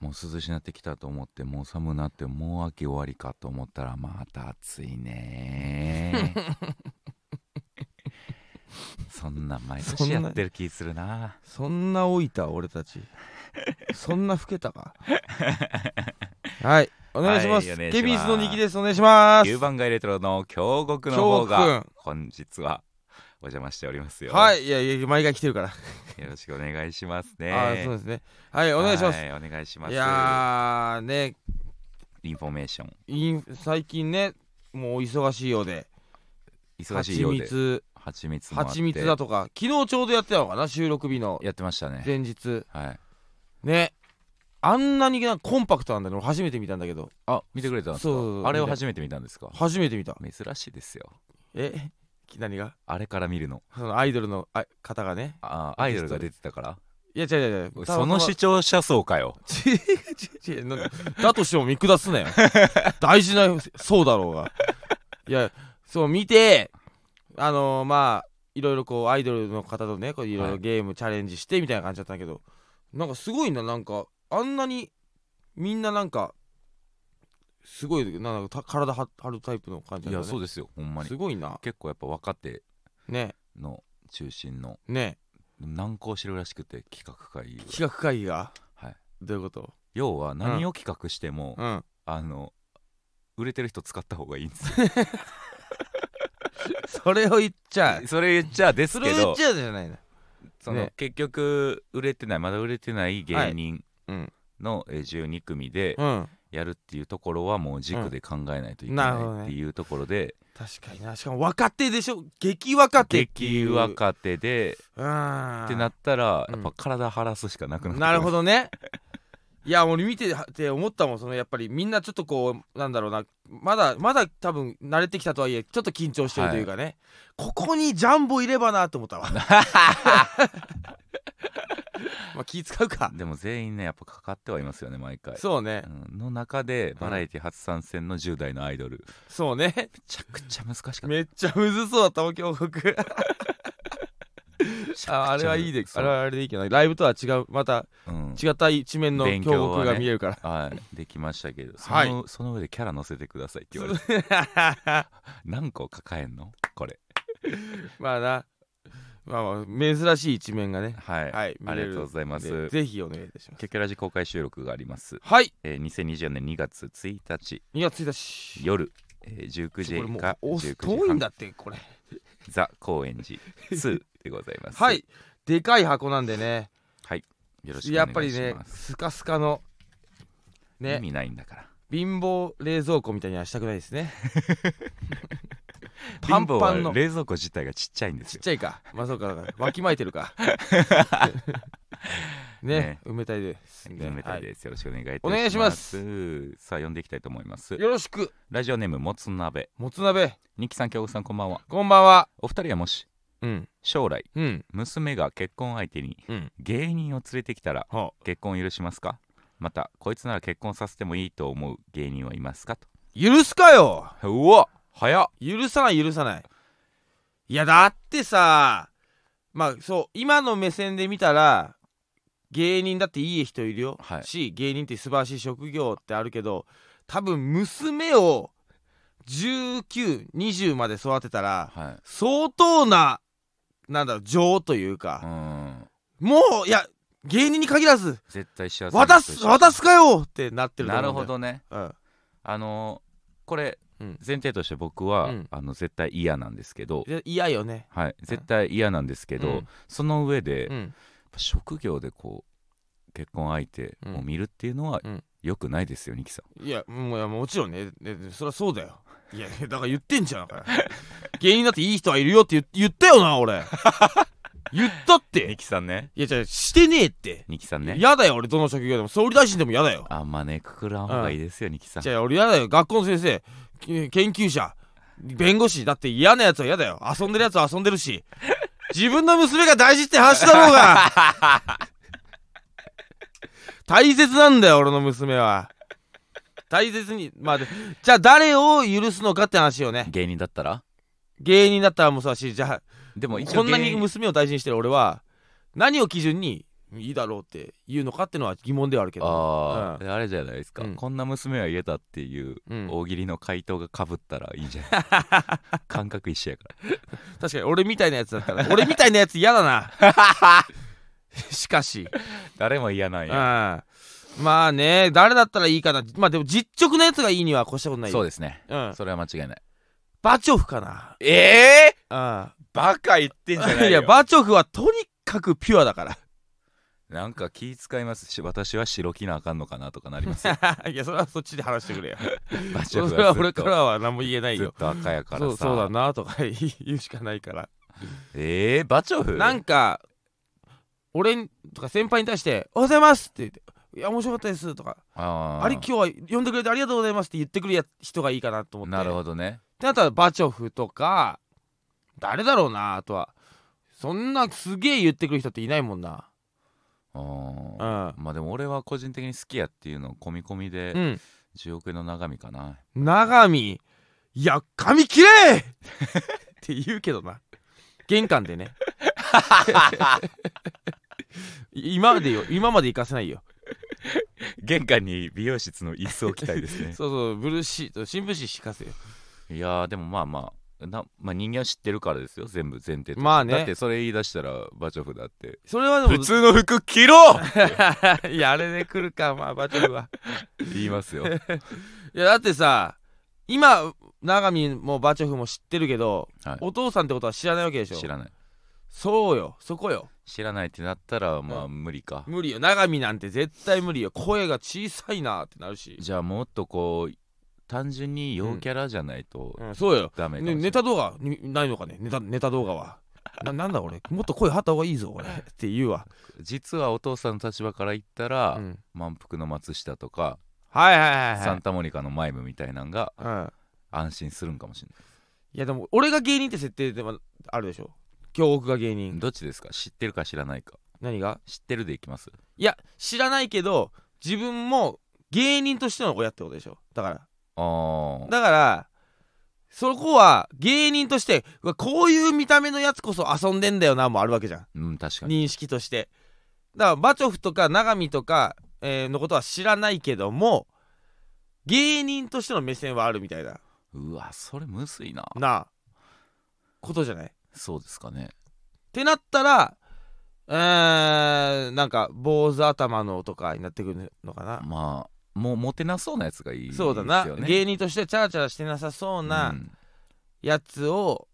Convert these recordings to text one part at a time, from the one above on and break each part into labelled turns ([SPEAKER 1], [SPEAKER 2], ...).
[SPEAKER 1] もう涼しなってきたと思ってもう寒なってもう秋終わりかと思ったらまた暑いねそんなん毎
[SPEAKER 2] そん
[SPEAKER 1] 年
[SPEAKER 2] な
[SPEAKER 1] やってる気するな
[SPEAKER 2] そんな老いた俺たちそんな老けたかはいお願いします,、
[SPEAKER 1] はいお願いします
[SPEAKER 2] ケビンスのニキですお願いします
[SPEAKER 1] 九番街レトロの京極の方
[SPEAKER 2] 京
[SPEAKER 1] が本日はお邪魔しておりますよ
[SPEAKER 2] はいいやいや毎回来てるから、
[SPEAKER 1] よろしくお願いしますね
[SPEAKER 2] あーそうですねはいお願いします、
[SPEAKER 1] はいお願いします
[SPEAKER 2] いやーね
[SPEAKER 1] インフォメーション
[SPEAKER 2] イン最近ねもうお忙しいようで
[SPEAKER 1] 忙しい
[SPEAKER 2] 蜂
[SPEAKER 1] ようで
[SPEAKER 2] 蜜
[SPEAKER 1] 蜂蜜もあって
[SPEAKER 2] 蜂蜜だとか昨日ちょうどやってたのかな収録日の
[SPEAKER 1] やってましたね
[SPEAKER 2] 前日
[SPEAKER 1] はい
[SPEAKER 2] ねあんなになコンパクトなんだね俺初めて見たんだけど
[SPEAKER 1] あ見てくれたんですか
[SPEAKER 2] そうそうそう
[SPEAKER 1] あれを初めて見たんですか
[SPEAKER 2] 初めて見た
[SPEAKER 1] 珍しいですよ
[SPEAKER 2] えき何が
[SPEAKER 1] あれから見るの
[SPEAKER 2] そのアイドルのあ方がね
[SPEAKER 1] あーアイドルが出てたから
[SPEAKER 2] いや違う違う違う
[SPEAKER 1] その視聴者層かよ
[SPEAKER 2] 違う 違う違うなだとしても見下すなよ 大事なそうだろうがいやそう見てあのー、まあいろいろこうアイドルの方とねこういろい
[SPEAKER 1] は
[SPEAKER 2] ろ
[SPEAKER 1] い
[SPEAKER 2] ゲームチャレンジしてみたいな感じだったんだけど、なんかすごいななんかあんなにみんななんかすごいなんかた体張張るタイプの感じ
[SPEAKER 1] い
[SPEAKER 2] だ
[SPEAKER 1] や
[SPEAKER 2] った
[SPEAKER 1] そ
[SPEAKER 2] ね
[SPEAKER 1] うですよほんまに
[SPEAKER 2] すごいな
[SPEAKER 1] 結構やっぱ若手
[SPEAKER 2] ね
[SPEAKER 1] の中心の
[SPEAKER 2] ね
[SPEAKER 1] 難航してるらしくて企画会議
[SPEAKER 2] 企画会議が
[SPEAKER 1] はい
[SPEAKER 2] どういうこと
[SPEAKER 1] 要は何を企画しても、
[SPEAKER 2] うん
[SPEAKER 1] あの売れてる人使った方がいいんですよ
[SPEAKER 2] それを言っちゃう
[SPEAKER 1] それ言っちゃです
[SPEAKER 2] そ
[SPEAKER 1] け
[SPEAKER 2] れを言っ
[SPEAKER 1] ど
[SPEAKER 2] ちゃうじゃないな
[SPEAKER 1] その
[SPEAKER 2] ね
[SPEAKER 1] 結局売れてないまだ売れてない芸人
[SPEAKER 2] うん
[SPEAKER 1] のえー12組で
[SPEAKER 2] うん
[SPEAKER 1] やるっていうところはもう軸で考えないといけ
[SPEAKER 2] うんなるほど
[SPEAKER 1] ない
[SPEAKER 2] ね
[SPEAKER 1] っていうところで
[SPEAKER 2] 確かになしかも若手でしょ激若手ってい
[SPEAKER 1] 激
[SPEAKER 2] う
[SPEAKER 1] 若手で
[SPEAKER 2] うんっ
[SPEAKER 1] ってなったら
[SPEAKER 2] うん
[SPEAKER 1] やっぱ体晴らすしかなくなってく
[SPEAKER 2] なるほ
[SPEAKER 1] ど
[SPEAKER 2] どね いや俺見てて思ったもんそのやっぱりみんなちょっとこうなんだろうなまだまだ多分慣れてきたとはいえちょっと緊張してるというかね、ここにジャンボいればなと 思ったわまあ気使うか
[SPEAKER 1] でも全員ねやっぱかかってはいますよね毎回
[SPEAKER 2] そうね
[SPEAKER 1] うんの中でバラエティ初参戦の10代のアイドル
[SPEAKER 2] そうね
[SPEAKER 1] めちゃくちゃ難しかった
[SPEAKER 2] めっちゃむずそうだったもん京極ああれはいいで
[SPEAKER 1] そ
[SPEAKER 2] あ
[SPEAKER 1] う
[SPEAKER 2] れはあれでいいけどライブとは違うまた
[SPEAKER 1] うん
[SPEAKER 2] 違った一面の
[SPEAKER 1] 勉
[SPEAKER 2] 京
[SPEAKER 1] 強はね
[SPEAKER 2] 極が見えるから
[SPEAKER 1] はい、できましたけど、そ
[SPEAKER 2] はい
[SPEAKER 1] のその上でキャラ乗せてくださいって言われて 何個抱えんのこれ
[SPEAKER 2] まあな、まあまあ、珍しい一面がね、
[SPEAKER 1] はい、
[SPEAKER 2] はい、見
[SPEAKER 1] あ
[SPEAKER 2] れ
[SPEAKER 1] り
[SPEAKER 2] る
[SPEAKER 1] がとうございま
[SPEAKER 2] のですぜひお願いいたします。
[SPEAKER 1] ケケラジ公開収録があります、
[SPEAKER 2] はい、
[SPEAKER 1] えー、2024年2月1日
[SPEAKER 2] 2月1日。
[SPEAKER 1] 夜、えー、19
[SPEAKER 2] ちょこれも
[SPEAKER 1] 時
[SPEAKER 2] う
[SPEAKER 1] か
[SPEAKER 2] お
[SPEAKER 1] 19時半
[SPEAKER 2] 遠いんだって、これ。
[SPEAKER 1] ザ・高円寺2でございます
[SPEAKER 2] はい、でかい箱なんでね、
[SPEAKER 1] よろしくお
[SPEAKER 2] やっぱ
[SPEAKER 1] 願い
[SPEAKER 2] り
[SPEAKER 1] し
[SPEAKER 2] ね、
[SPEAKER 1] ます
[SPEAKER 2] スカスカの、
[SPEAKER 1] 意
[SPEAKER 2] ね、
[SPEAKER 1] 味ないんだから
[SPEAKER 2] 貧乏冷蔵庫みたいにはしたくないで すね。パ
[SPEAKER 1] パ
[SPEAKER 2] ン
[SPEAKER 1] ン
[SPEAKER 2] パ
[SPEAKER 1] パ
[SPEAKER 2] ン
[SPEAKER 1] ン
[SPEAKER 2] の
[SPEAKER 1] の冷蔵庫自体がちっちゃいんです
[SPEAKER 2] ちっ
[SPEAKER 1] よ
[SPEAKER 2] ちゃいか、まあそうか、だからわきまえて るか。ね
[SPEAKER 1] ね、
[SPEAKER 2] 埋めたいです。
[SPEAKER 1] 読めたいです、よろしくお願いいたします
[SPEAKER 2] お願いします
[SPEAKER 1] さあ読んでいきたいと思います
[SPEAKER 2] はいよろしく、
[SPEAKER 1] ラジオネームもつ鍋
[SPEAKER 2] もつ鍋、
[SPEAKER 1] ニキさん京子さんこんばんは
[SPEAKER 2] こんばんは。
[SPEAKER 1] お二人はもし
[SPEAKER 2] うん、
[SPEAKER 1] 将来
[SPEAKER 2] うん、
[SPEAKER 1] 娘が結婚相手に
[SPEAKER 2] うん。
[SPEAKER 1] 芸人を連れてきたら
[SPEAKER 2] はあ、
[SPEAKER 1] 結婚を許しますかまたこいつなら結婚させてもいいと思う芸人はいますかと
[SPEAKER 2] 許すかよ
[SPEAKER 1] うわ早っ
[SPEAKER 2] 許さない許さないいやだってさまあそう今の目線で見たら芸人だっていい人いるよ、
[SPEAKER 1] はい
[SPEAKER 2] し芸人って素晴らしい職業ってあるけど多分娘を1920まで育てたら
[SPEAKER 1] はい
[SPEAKER 2] 相当ななんだろう情という
[SPEAKER 1] う
[SPEAKER 2] か、
[SPEAKER 1] ん
[SPEAKER 2] もういや芸人に限らず
[SPEAKER 1] 絶対幸せな人
[SPEAKER 2] 渡
[SPEAKER 1] と一
[SPEAKER 2] す
[SPEAKER 1] 緒
[SPEAKER 2] 渡すかよってなってると
[SPEAKER 1] なる
[SPEAKER 2] 思うんだ
[SPEAKER 1] ほ
[SPEAKER 2] よ、
[SPEAKER 1] どね
[SPEAKER 2] うん、
[SPEAKER 1] あのこれ
[SPEAKER 2] うん
[SPEAKER 1] 前提として僕は、
[SPEAKER 2] うん
[SPEAKER 1] あの絶対嫌なんですけど
[SPEAKER 2] で嫌よね
[SPEAKER 1] はい絶対嫌なんですけど、
[SPEAKER 2] うん
[SPEAKER 1] その上で、
[SPEAKER 2] う
[SPEAKER 1] やっ
[SPEAKER 2] ん
[SPEAKER 1] ぱ職業でこう結婚相手を見るっていうのは、
[SPEAKER 2] うん
[SPEAKER 1] 良くないですよニキさん
[SPEAKER 2] いやもういやもちろんねねねそりゃそうだよいや だから言ってんじゃんだから芸人だっていい人はいるよって言言ったよな俺言ったって
[SPEAKER 1] キさんね
[SPEAKER 2] いやじゃしてねえって
[SPEAKER 1] ニキさんね
[SPEAKER 2] 嫌、だよ俺どの職業でも総理大臣でも嫌だよ
[SPEAKER 1] あんまねくくらん方がいいですよニキさん
[SPEAKER 2] じゃあ俺嫌だよ学校の先生き研究者弁護士だって嫌なやつは嫌だよ遊んでるやつは遊んでるし自分の娘が大事って話だろうが大切なんだよ俺の娘は大切にまあでじゃあ誰を許すのかって話よね
[SPEAKER 1] 芸人だったら
[SPEAKER 2] 芸人だったらもうそうだしじゃあ
[SPEAKER 1] でも一
[SPEAKER 2] こ
[SPEAKER 1] 応
[SPEAKER 2] んなに
[SPEAKER 1] 芸人
[SPEAKER 2] 娘を大事にしてる俺は何を基準にいいだろうって言うのかってのは疑問ではあるけど
[SPEAKER 1] ああ、
[SPEAKER 2] う
[SPEAKER 1] であれじゃないですか、
[SPEAKER 2] うん
[SPEAKER 1] こんな娘は言えたっていう
[SPEAKER 2] うん
[SPEAKER 1] 大喜利の回答がかぶったらいいじゃない、 ん、感覚一緒やか
[SPEAKER 2] 確かに俺みたいなやつだった ら俺みたいなやつ嫌だ なしかし
[SPEAKER 1] ら誰も嫌なん
[SPEAKER 2] うん
[SPEAKER 1] や
[SPEAKER 2] まあね誰だったらいいかなまあでも実直なやつがいいには越したことない
[SPEAKER 1] そう
[SPEAKER 2] よ
[SPEAKER 1] ですね
[SPEAKER 2] うん、
[SPEAKER 1] それは間違いない
[SPEAKER 2] バチョフかな
[SPEAKER 1] ええ
[SPEAKER 2] あ
[SPEAKER 1] バカ言ってん
[SPEAKER 2] あいやバチョフはとにかくピュアだか
[SPEAKER 1] なんか気使いますし私は白着なあかんのかなとかなり ますよ
[SPEAKER 2] ら いやそれはそっちで話してくれよ
[SPEAKER 1] バチ
[SPEAKER 2] そ
[SPEAKER 1] ェフ
[SPEAKER 2] れは
[SPEAKER 1] はず
[SPEAKER 2] 俺
[SPEAKER 1] っ
[SPEAKER 2] か
[SPEAKER 1] と
[SPEAKER 2] らは何も言えない
[SPEAKER 1] ずっ
[SPEAKER 2] よ
[SPEAKER 1] と赤やからさ
[SPEAKER 2] そうそうだなとか言うしかないから
[SPEAKER 1] ええバチョフ
[SPEAKER 2] なんか俺にとか先輩に対して「おはようございます」って言って「いや面白かったです」とか
[SPEAKER 1] あー
[SPEAKER 2] あれ今日は呼んでくれてありがとうございますって言ってくるや人がいいかなと思って
[SPEAKER 1] なる
[SPEAKER 2] ど
[SPEAKER 1] ほどね
[SPEAKER 2] ってなったらバチョフとか誰だろうなあとはそんなすげえ言ってくる人っていないもんな
[SPEAKER 1] あ
[SPEAKER 2] う
[SPEAKER 1] ー
[SPEAKER 2] ん
[SPEAKER 1] まあでも俺は個人的に好きやっていうのを込み込みで
[SPEAKER 2] うん
[SPEAKER 1] 10億円の中身かな
[SPEAKER 2] 長見いや髪きれいって言うけどな玄関でね 今までよ今まで行かせないよ
[SPEAKER 1] 玄関に美容室の椅子を置きたいですね
[SPEAKER 2] そうそうブルーシート新聞紙敷かせよ
[SPEAKER 1] いやーでもまあまあなまあ人間は知ってるからですよ全部前提として
[SPEAKER 2] まあね
[SPEAKER 1] だってそれ言い出したらバチョフだって
[SPEAKER 2] それはで
[SPEAKER 1] 普
[SPEAKER 2] も
[SPEAKER 1] 通の服着ろ
[SPEAKER 2] いやあれで来るかまあバチョフは
[SPEAKER 1] 言い ますよ
[SPEAKER 2] いやだってさ今永見もバチョフも知ってるけど、
[SPEAKER 1] はい
[SPEAKER 2] お父さんってことは知らないわけでしょ
[SPEAKER 1] 知らない
[SPEAKER 2] そうよそこよ
[SPEAKER 1] 知らないってなったらまあ無理か
[SPEAKER 2] 無理よ永見なんて絶対無理よ声が小さいなってなるし、
[SPEAKER 1] じゃあもっとこう単純に陽キャラじゃないと
[SPEAKER 2] うん、そうよ、
[SPEAKER 1] ダメかもしれ
[SPEAKER 2] ね、
[SPEAKER 1] ない
[SPEAKER 2] ネタ動画にないのかねネタネタ動画はななんだ俺もっと声張った方がいいぞ俺って言うわ、
[SPEAKER 1] 実はお父さんの立場から言ったら、
[SPEAKER 2] うん
[SPEAKER 1] 満腹の松下とか、
[SPEAKER 2] はいはいはい
[SPEAKER 1] サ
[SPEAKER 2] はい
[SPEAKER 1] ンタモニカのマイムみたいなんが
[SPEAKER 2] うん、
[SPEAKER 1] 安心するんかもしれない
[SPEAKER 2] いやでも俺が芸人って設定でもあるでしょ京極が芸人
[SPEAKER 1] どっちですか知ってるか知らないか
[SPEAKER 2] 何が
[SPEAKER 1] 知ってるでいきます
[SPEAKER 2] いや知らないけど自分も芸人としての親ってことでしょだから
[SPEAKER 1] あー
[SPEAKER 2] だからそこは芸人としてうわこういう見た目のやつこそ遊んでんだよなもあるわけじゃん
[SPEAKER 1] うん確かに
[SPEAKER 2] 認識としてだからバチョフとか永見とか、えーのことは知らないけども芸人としての目線はあるみたいな
[SPEAKER 1] うわそれむずいな
[SPEAKER 2] なあことじゃないっ
[SPEAKER 1] そうですかね
[SPEAKER 2] てなったらえー、なんか坊主頭のとかになってくるのかな、
[SPEAKER 1] まあもうモテなそうなやつがいいです
[SPEAKER 2] そ
[SPEAKER 1] よ、ね、
[SPEAKER 2] うだな、芸人としてチャラチャラしてなさそう
[SPEAKER 1] う
[SPEAKER 2] なんやつを、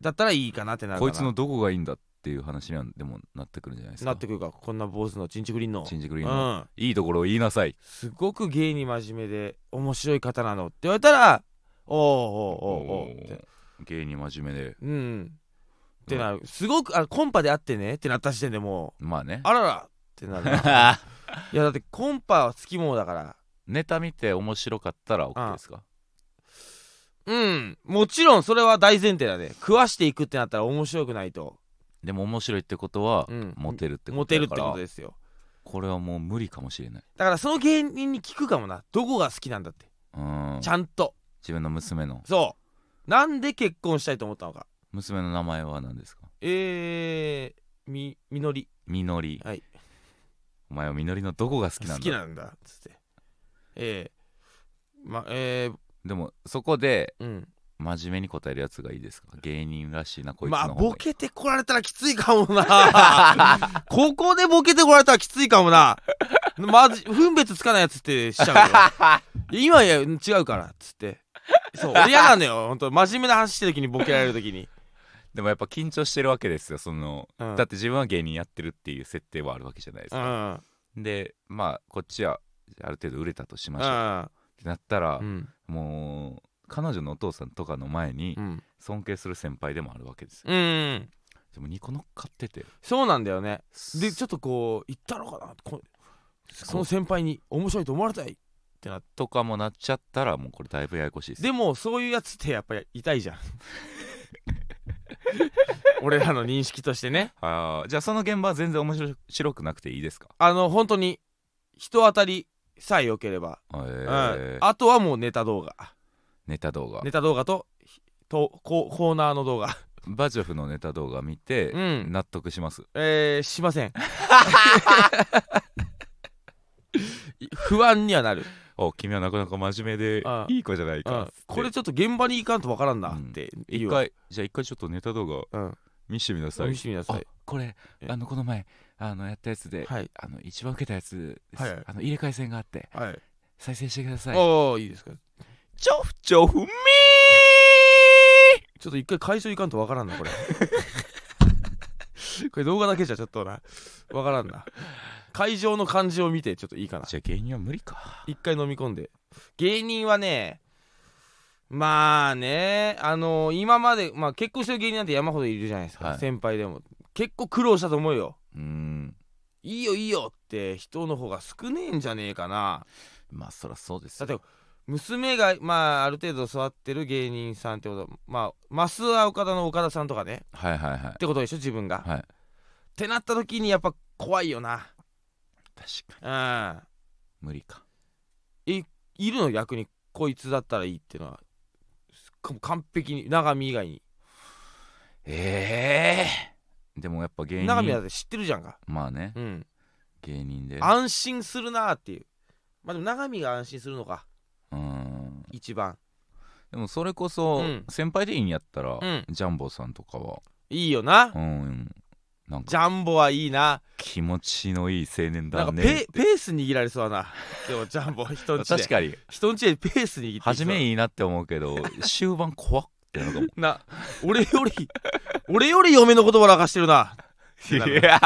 [SPEAKER 2] だったらいいかなってなるか
[SPEAKER 1] こ
[SPEAKER 2] ない
[SPEAKER 1] つのどこがいいんだっていう話にはでもなってくるんじゃないですか
[SPEAKER 2] なってくるかこんな坊主のチンチクリンの
[SPEAKER 1] チンジクリーンの、
[SPEAKER 2] うん、
[SPEAKER 1] いいところを言いなさい
[SPEAKER 2] すごく芸に真面目で面白い方なのって言われたらおーおーおーおーって
[SPEAKER 1] 芸人真面目で
[SPEAKER 2] うんってなる、すごくあコンパであってねってなった時点でも
[SPEAKER 1] まあね
[SPEAKER 2] うあららっ てなるないやだってコンパはつきものだから
[SPEAKER 1] ネタ見て面白かったら OK ですか
[SPEAKER 2] うんもちろんそれは大前提だね食わしていくってなったら面白くないと、
[SPEAKER 1] でも面白いってことは、
[SPEAKER 2] うん、
[SPEAKER 1] モテるって
[SPEAKER 2] モ
[SPEAKER 1] こ
[SPEAKER 2] テ
[SPEAKER 1] と
[SPEAKER 2] る
[SPEAKER 1] だ
[SPEAKER 2] って
[SPEAKER 1] か
[SPEAKER 2] こ
[SPEAKER 1] ら
[SPEAKER 2] とですよ
[SPEAKER 1] これはもう無理かもしれない
[SPEAKER 2] だからその芸人に聞くかもなどこが好きなんだって、
[SPEAKER 1] うん
[SPEAKER 2] ちゃんと
[SPEAKER 1] 自分の娘の
[SPEAKER 2] そうなんで結婚したいと思ったのか
[SPEAKER 1] 娘の名前は何ですか
[SPEAKER 2] えー、みみのり
[SPEAKER 1] みのり
[SPEAKER 2] はい
[SPEAKER 1] お前はみのりのどこが好きなんだ
[SPEAKER 2] 好きなんだっつってえー、まえー、
[SPEAKER 1] でもそこで
[SPEAKER 2] うん
[SPEAKER 1] 真面目に答えるやつがいいですか芸人らしいなこいつの
[SPEAKER 2] まあ
[SPEAKER 1] 方がいい
[SPEAKER 2] ボケてこられたらきついかもな ここでボケてこられたらきついかもなまじ分別つかないやつってしちゃ うよ今いや違うからっつってそう俺嫌なのよ本当真面目な話してる時にボケられる時に、
[SPEAKER 1] でもやっぱ緊張してるわけですよその、
[SPEAKER 2] うん、
[SPEAKER 1] だって自分は芸人やってるっていう設定はあるわけじゃないです
[SPEAKER 2] う
[SPEAKER 1] か、
[SPEAKER 2] ん
[SPEAKER 1] でまあこっちはある程度売れたとしましょう、っ
[SPEAKER 2] うん
[SPEAKER 1] てなったら、
[SPEAKER 2] うん
[SPEAKER 1] もう彼女のお父さんとかの前に
[SPEAKER 2] うん
[SPEAKER 1] 尊敬する先輩でもあるわけですよ
[SPEAKER 2] うん
[SPEAKER 1] でも2個乗っかってて
[SPEAKER 2] そうなんだよねで
[SPEAKER 1] で
[SPEAKER 2] ちょっとこう言ったのかなこその先輩に面白いと思われたい
[SPEAKER 1] とかもなっちゃったらもうこれだいぶややこしいですよ
[SPEAKER 2] でもそういうやつってやっぱり痛い じゃん俺らの認識としてね
[SPEAKER 1] あーじゃあその現場は全然面白くなくていいですか
[SPEAKER 2] あの本当に人当たりさえ良ければ、
[SPEAKER 1] え
[SPEAKER 2] うん
[SPEAKER 1] ー、
[SPEAKER 2] あとはもうネタ動画
[SPEAKER 1] ネタ動画
[SPEAKER 2] ネタ動画とひとココーナーの動画
[SPEAKER 1] バジョフのネタ動画見て、
[SPEAKER 2] うん
[SPEAKER 1] 納得します
[SPEAKER 2] えー、しません不安にはなる
[SPEAKER 1] お君はなかなか真面目で
[SPEAKER 2] あ
[SPEAKER 1] いい子じゃない
[SPEAKER 2] うん
[SPEAKER 1] かつって
[SPEAKER 2] これちょっと現場に行かんとわからんなって
[SPEAKER 1] 一
[SPEAKER 2] 言うわ、
[SPEAKER 1] 回じゃあ一回ちょっとネタ動画
[SPEAKER 2] うん
[SPEAKER 1] 見してみなさい
[SPEAKER 2] 見してみなさい
[SPEAKER 1] あこれ
[SPEAKER 2] え
[SPEAKER 1] あのこの前あのやったやつで、
[SPEAKER 2] はい
[SPEAKER 1] あの一番受けたやつです、
[SPEAKER 2] はいはい
[SPEAKER 1] あの入れ替え線があって
[SPEAKER 2] はい、
[SPEAKER 1] 再生してください
[SPEAKER 2] おーいいですか
[SPEAKER 1] ちょふちょふみー
[SPEAKER 2] ちょっと一回会場行かんとわから んなこれこれ動画だけじゃちょっとなわからんな会場の感じを見てちょっといいかな
[SPEAKER 1] じゃあ芸人は無理か
[SPEAKER 2] 一回飲み込んで芸人はねまあねあの今まで、まあ、結婚してる芸人なんて山ほどいるじゃないですか、
[SPEAKER 1] はい
[SPEAKER 2] 先輩でも結構苦労したと思うよ
[SPEAKER 1] うーん
[SPEAKER 2] いいよいいよって人の方が少ねえんじゃねえかな
[SPEAKER 1] まあそらそうです
[SPEAKER 2] だ
[SPEAKER 1] よ
[SPEAKER 2] って娘がまあある程度育ってる芸人さんってことまあ増は岡田の岡田さんとかね
[SPEAKER 1] はいはいは
[SPEAKER 2] ってことでしょ自分が、
[SPEAKER 1] いはい
[SPEAKER 2] ってなった時にやっぱ怖いよな
[SPEAKER 1] 確かに
[SPEAKER 2] うん
[SPEAKER 1] 無理か
[SPEAKER 2] いるの逆にこいつだったらいいっていうのはすっ完璧に永見以外に
[SPEAKER 1] ええでもやっぱ芸
[SPEAKER 2] 永見だっ
[SPEAKER 1] 人
[SPEAKER 2] て知ってるじゃんか
[SPEAKER 1] まあね
[SPEAKER 2] うん
[SPEAKER 1] 芸人で
[SPEAKER 2] 安心するなっていうまあでも永見が安心するのか
[SPEAKER 1] うん
[SPEAKER 2] 一番
[SPEAKER 1] でもそれこそ、
[SPEAKER 2] うん
[SPEAKER 1] 先輩でいいんやったら、
[SPEAKER 2] うん
[SPEAKER 1] ジャンボさんとかはい
[SPEAKER 2] いよな
[SPEAKER 1] うんなん
[SPEAKER 2] ジ
[SPEAKER 1] か
[SPEAKER 2] ャンボはいいな
[SPEAKER 1] 気持ちのいい青年
[SPEAKER 2] なん
[SPEAKER 1] だ
[SPEAKER 2] か
[SPEAKER 1] ね
[SPEAKER 2] ペペース握られそうだなでもジャンボ人ん ち
[SPEAKER 1] 確
[SPEAKER 2] で
[SPEAKER 1] かに
[SPEAKER 2] 人んちでペース握ってきそう
[SPEAKER 1] 初めいいなって思うけ ど終盤怖ってなんかもう
[SPEAKER 2] な俺より俺より嫁の言葉らかしてるななる
[SPEAKER 1] や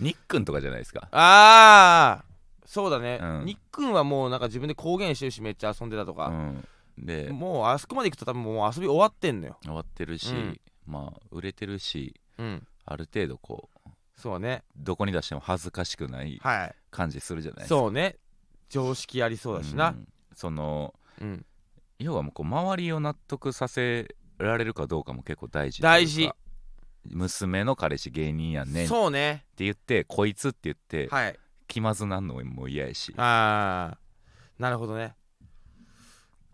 [SPEAKER 1] ニックンとかじゃないですか
[SPEAKER 2] ああそうだね、
[SPEAKER 1] うん
[SPEAKER 2] ニックンはもうなんか自分で公言してるしめっちゃ遊んでたと
[SPEAKER 1] う
[SPEAKER 2] か、
[SPEAKER 1] んで
[SPEAKER 2] もうあそこまで行くと多分もう遊び終わってんのよ
[SPEAKER 1] 終わってるし、
[SPEAKER 2] うん
[SPEAKER 1] まあ売れてるし
[SPEAKER 2] うん
[SPEAKER 1] ある程度こう
[SPEAKER 2] そうね
[SPEAKER 1] どこに出しても恥ずかしくない
[SPEAKER 2] はい
[SPEAKER 1] 感じするじゃないですか
[SPEAKER 2] そうね常識ありそうだし
[SPEAKER 1] う
[SPEAKER 2] なん
[SPEAKER 1] その
[SPEAKER 2] うん、
[SPEAKER 1] 要はもうこう周りを納得させられるかどうかも結構大事というか
[SPEAKER 2] 大事
[SPEAKER 1] 娘の彼氏芸人やねんって
[SPEAKER 2] そうね
[SPEAKER 1] 言ってこいつって言って
[SPEAKER 2] はい
[SPEAKER 1] 気まずなんのも嫌やし、
[SPEAKER 2] ああなるほどね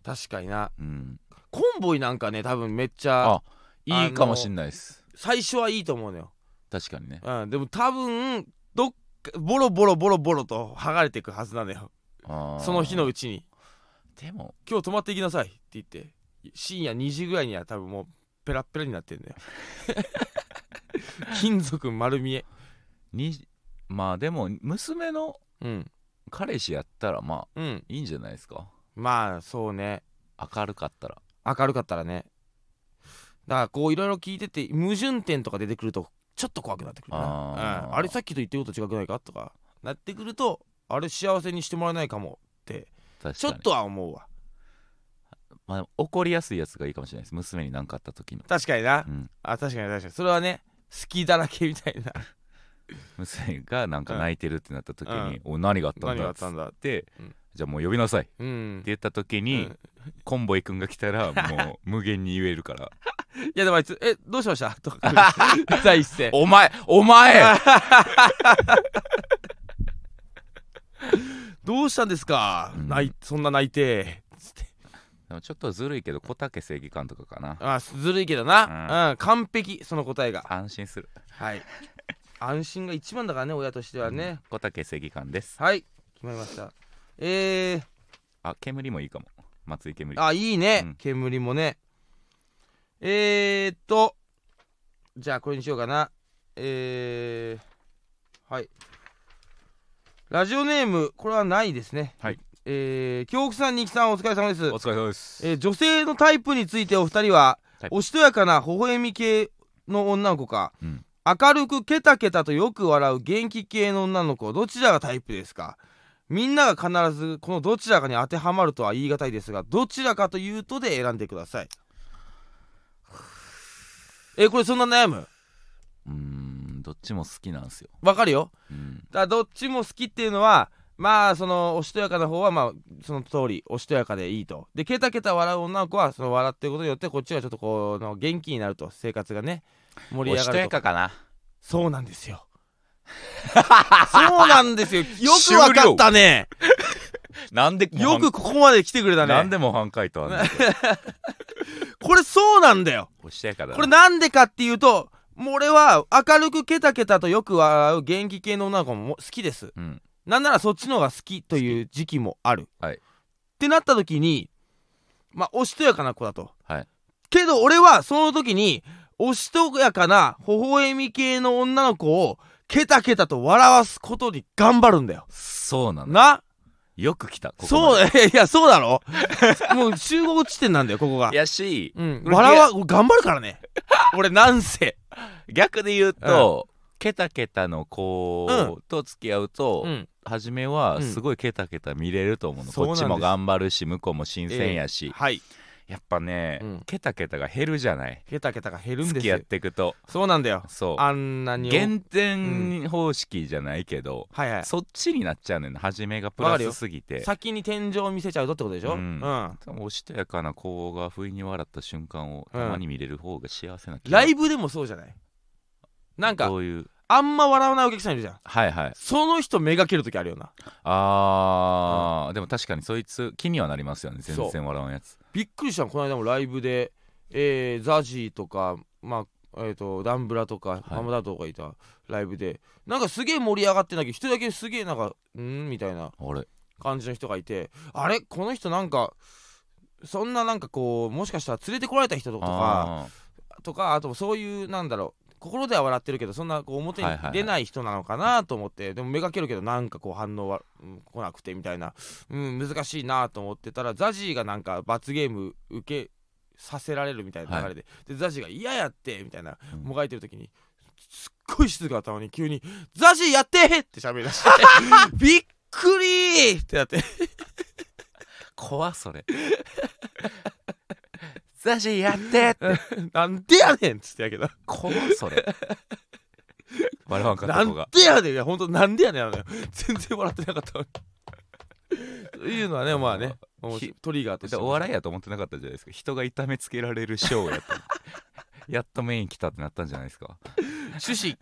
[SPEAKER 2] 確かにな
[SPEAKER 1] うん、
[SPEAKER 2] コンボイなんかね多分めっちゃ
[SPEAKER 1] あいいかもしんないです
[SPEAKER 2] 最初はいいと思うのよ、
[SPEAKER 1] 確かにね
[SPEAKER 2] うん、でも多分どっかボロボロボロボロと剥がれていくはずなのよ
[SPEAKER 1] あー
[SPEAKER 2] その日のうちに
[SPEAKER 1] でも
[SPEAKER 2] 今日泊まっていきなさいって言って深夜2時ぐらいには多分もうペラッペラになってんだ よ金属丸見え
[SPEAKER 1] にまあでも娘の
[SPEAKER 2] うん
[SPEAKER 1] 彼氏やったらまあ
[SPEAKER 2] うん
[SPEAKER 1] いいんじゃないですか
[SPEAKER 2] まあそうね
[SPEAKER 1] 明るかったら
[SPEAKER 2] 明るかったらねだからこういろいろ聞いてて矛盾点とか出てくるとちょっと怖くなってくるな
[SPEAKER 1] あ
[SPEAKER 2] う
[SPEAKER 1] ー
[SPEAKER 2] ん、あれさっきと言ってること違くないかとかなってくるとあれ幸せにしてもらえないかもって
[SPEAKER 1] 確かに
[SPEAKER 2] ちょっとは思うわ
[SPEAKER 1] まあ、怒りやすいやつがいいかもしれないです娘に何かあった時の、
[SPEAKER 2] 確かにな
[SPEAKER 1] うん、
[SPEAKER 2] あ確かに確かにそれはね好きだらけみた いな
[SPEAKER 1] 娘がなんか泣いてるってなった時に「お何があったん
[SPEAKER 2] 何が
[SPEAKER 1] だ」
[SPEAKER 2] あ
[SPEAKER 1] っ
[SPEAKER 2] っ
[SPEAKER 1] つ
[SPEAKER 2] たん
[SPEAKER 1] っ
[SPEAKER 2] だ
[SPEAKER 1] て
[SPEAKER 2] うん
[SPEAKER 1] 「じゃあもう呼びなさい」って
[SPEAKER 2] うん
[SPEAKER 1] 言った時
[SPEAKER 2] う
[SPEAKER 1] に、
[SPEAKER 2] ん
[SPEAKER 1] コンボイ君が来た らもう無限に言えるから
[SPEAKER 2] いやでもあいつ「えどうしました?」 とか来る第一声
[SPEAKER 1] 「 お前お 前
[SPEAKER 2] 「どうしたんですか
[SPEAKER 1] うん
[SPEAKER 2] 泣いそんな泣いて」つって
[SPEAKER 1] でもちょっとずるいけど小竹正義感とかかな
[SPEAKER 2] あずるいけどな、うん完璧その答えが
[SPEAKER 1] 安心する
[SPEAKER 2] はい安心が一番だからね親としてはね、
[SPEAKER 1] 小竹正義感です
[SPEAKER 2] はい決まりましたえー、
[SPEAKER 1] あ煙もいいかも松井煙
[SPEAKER 2] あいいね、
[SPEAKER 1] うん
[SPEAKER 2] 煙もねえー、っとじゃあこれにしようかなえー、はいラジオネームこれはないですね
[SPEAKER 1] はい
[SPEAKER 2] えー、京極さん二木さんお疲れ様です
[SPEAKER 1] お疲れ様です
[SPEAKER 2] えー女性のタイプについてお二人は
[SPEAKER 1] タイプ
[SPEAKER 2] おしとやかな微笑み系の女の子か、
[SPEAKER 1] うん
[SPEAKER 2] 明るくケタケタとよく笑う元気系の女の子どちらがタイプですかみんなが必ずこのどちらかに当てはまるとは言い難いですがどちらかというとで選んでくださいえーこれそんな悩む
[SPEAKER 1] うーんどっちも好きなんですよ、
[SPEAKER 2] わかるよ
[SPEAKER 1] うん、
[SPEAKER 2] だからどっちも好きっていうのはまあそのおしとやかな方はまあその通りおしとやかでいいとでケタケタ笑う女の子はその笑ってることによってこっちがちょっとこうの元気になると生活がね盛り
[SPEAKER 1] お
[SPEAKER 2] 上
[SPEAKER 1] し
[SPEAKER 2] が
[SPEAKER 1] と
[SPEAKER 2] る
[SPEAKER 1] や
[SPEAKER 2] と
[SPEAKER 1] かかな
[SPEAKER 2] そうなんです よそうなんですよよくわかったね
[SPEAKER 1] なんで
[SPEAKER 2] よくここまで来てくれた
[SPEAKER 1] なん
[SPEAKER 2] ね
[SPEAKER 1] で模範解答あんねん
[SPEAKER 2] これそうなんだよ
[SPEAKER 1] これしやから
[SPEAKER 2] これなんでかっていうともう俺は明るくケタケタとよく笑う元気系の女の子も好きです
[SPEAKER 1] うん
[SPEAKER 2] なんならそっちの方が好きという時期もある。
[SPEAKER 1] はい
[SPEAKER 2] ってなった時にまあおしとやかな子だと。
[SPEAKER 1] はい
[SPEAKER 2] けど俺はその時におしとやかな微笑み系の女の子をケタケタと笑わすことに頑張るんだよ。
[SPEAKER 1] そうなんだ
[SPEAKER 2] な
[SPEAKER 1] よく来たここ
[SPEAKER 2] そう
[SPEAKER 1] ま
[SPEAKER 2] だいやそうだろもう集合地点なんだよここが
[SPEAKER 1] で。やし
[SPEAKER 2] うん、
[SPEAKER 1] 俺
[SPEAKER 2] 笑わ頑張るからね俺なんせ
[SPEAKER 1] 逆で言うと、ケタケタの子と付き合うと、
[SPEAKER 2] うん
[SPEAKER 1] 初めはすごいケタケタ見れると思うの、
[SPEAKER 2] そうな
[SPEAKER 1] こ
[SPEAKER 2] ん
[SPEAKER 1] っ
[SPEAKER 2] です
[SPEAKER 1] ちも頑張るし向こうも新鮮やし、
[SPEAKER 2] はい
[SPEAKER 1] やっぱね、
[SPEAKER 2] うん
[SPEAKER 1] ケタケタが減るじゃない
[SPEAKER 2] ケタケタが減るん
[SPEAKER 1] 付
[SPEAKER 2] です
[SPEAKER 1] き合
[SPEAKER 2] よ
[SPEAKER 1] っていくと
[SPEAKER 2] そうなんだよ
[SPEAKER 1] そう
[SPEAKER 2] あんなに
[SPEAKER 1] 減点方式じゃないけど、
[SPEAKER 2] はいはい
[SPEAKER 1] そっちになっちゃうねんな初めがプラスすぎて
[SPEAKER 2] 先に天井を見せちゃうとってことでし
[SPEAKER 1] う
[SPEAKER 2] ょうんん、
[SPEAKER 1] おしとやかな子が不意に笑った瞬間をたまに見れる方が幸せな気が
[SPEAKER 2] ライブでもそうじゃないなんか
[SPEAKER 1] どういう
[SPEAKER 2] あんま笑わないお客さんいるじゃん
[SPEAKER 1] はいはい
[SPEAKER 2] その人めがける時あるよな
[SPEAKER 1] あー、でも確かにそいつ気にはなりますよね全然笑わんやつ
[SPEAKER 2] びっくりしたのこの間もライブで、えー、ザジーとかまあえー、とダンブラとか
[SPEAKER 1] い
[SPEAKER 2] ハムダとかいたライブで、なんかすげえ盛り上がってんだけど一人だけすげえなんか「ん?」みたいな
[SPEAKER 1] あれ
[SPEAKER 2] 感じの人がいてあれこの人なんかそんななんかこうもしかしたら連れてこられた人とか
[SPEAKER 1] あ
[SPEAKER 2] とかあとそういうなんだろう心では笑ってるけどそんなこう表に
[SPEAKER 1] はいはいはい
[SPEAKER 2] 出ない人なのかなと思って、でも目がけるけどなんかこう反応は、うん来なくてみたいな、うん、難しいなと思ってたらザジーがなんか罰ゲーム受けさせられるみたいな流れで,、でザジーが嫌やってみたいな
[SPEAKER 1] うん
[SPEAKER 2] もがいてる時に。すっごい静かだったのに急に「ザジーやって!」って喋り出して びっくりーってなって
[SPEAKER 1] ー怖そ れ ザジやってって
[SPEAKER 2] なんでやねんっつってやけど
[SPEAKER 1] 怖そ れ笑わんかった
[SPEAKER 2] な
[SPEAKER 1] 子
[SPEAKER 2] ん
[SPEAKER 1] が
[SPEAKER 2] でやねんいや本当なんでやねんなのよ全然笑ってなかったのにというのはねまあね面白いトリガーとして
[SPEAKER 1] お笑いやと思ってなかったじゃないですか人が痛めつけられるショーやった やっとメイン来たってなったんじゃないですか
[SPEAKER 2] 趣旨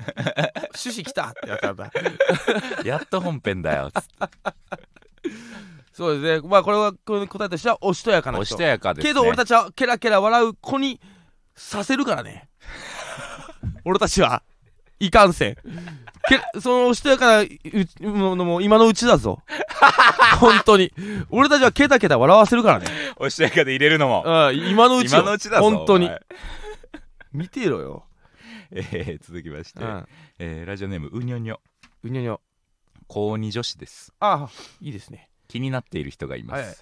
[SPEAKER 2] 趣旨きたってやったんだ
[SPEAKER 1] やっと本編だよつって
[SPEAKER 2] そうですねまあこれはこの答えとしてはおしとやかな
[SPEAKER 1] お
[SPEAKER 2] 人
[SPEAKER 1] しとやかです、ね、
[SPEAKER 2] けど俺たちはケラケラ笑う子にさせるからね 俺たちはいかんせんけそのおしとやかなうものも今のうちだぞ 本当に俺たちはケタケタ笑わせるからね
[SPEAKER 1] おしとやかで入れるのも
[SPEAKER 2] うん今のうちよ
[SPEAKER 1] 今のうちだぞ
[SPEAKER 2] 本当に
[SPEAKER 1] お前
[SPEAKER 2] 見てろよ、
[SPEAKER 1] えー続きまして、
[SPEAKER 2] うん、
[SPEAKER 1] えーラジオネームうにょにょ
[SPEAKER 2] うにょにょ
[SPEAKER 1] 高2女子です
[SPEAKER 2] ああいいですね
[SPEAKER 1] 気になっている人がいます、
[SPEAKER 2] はい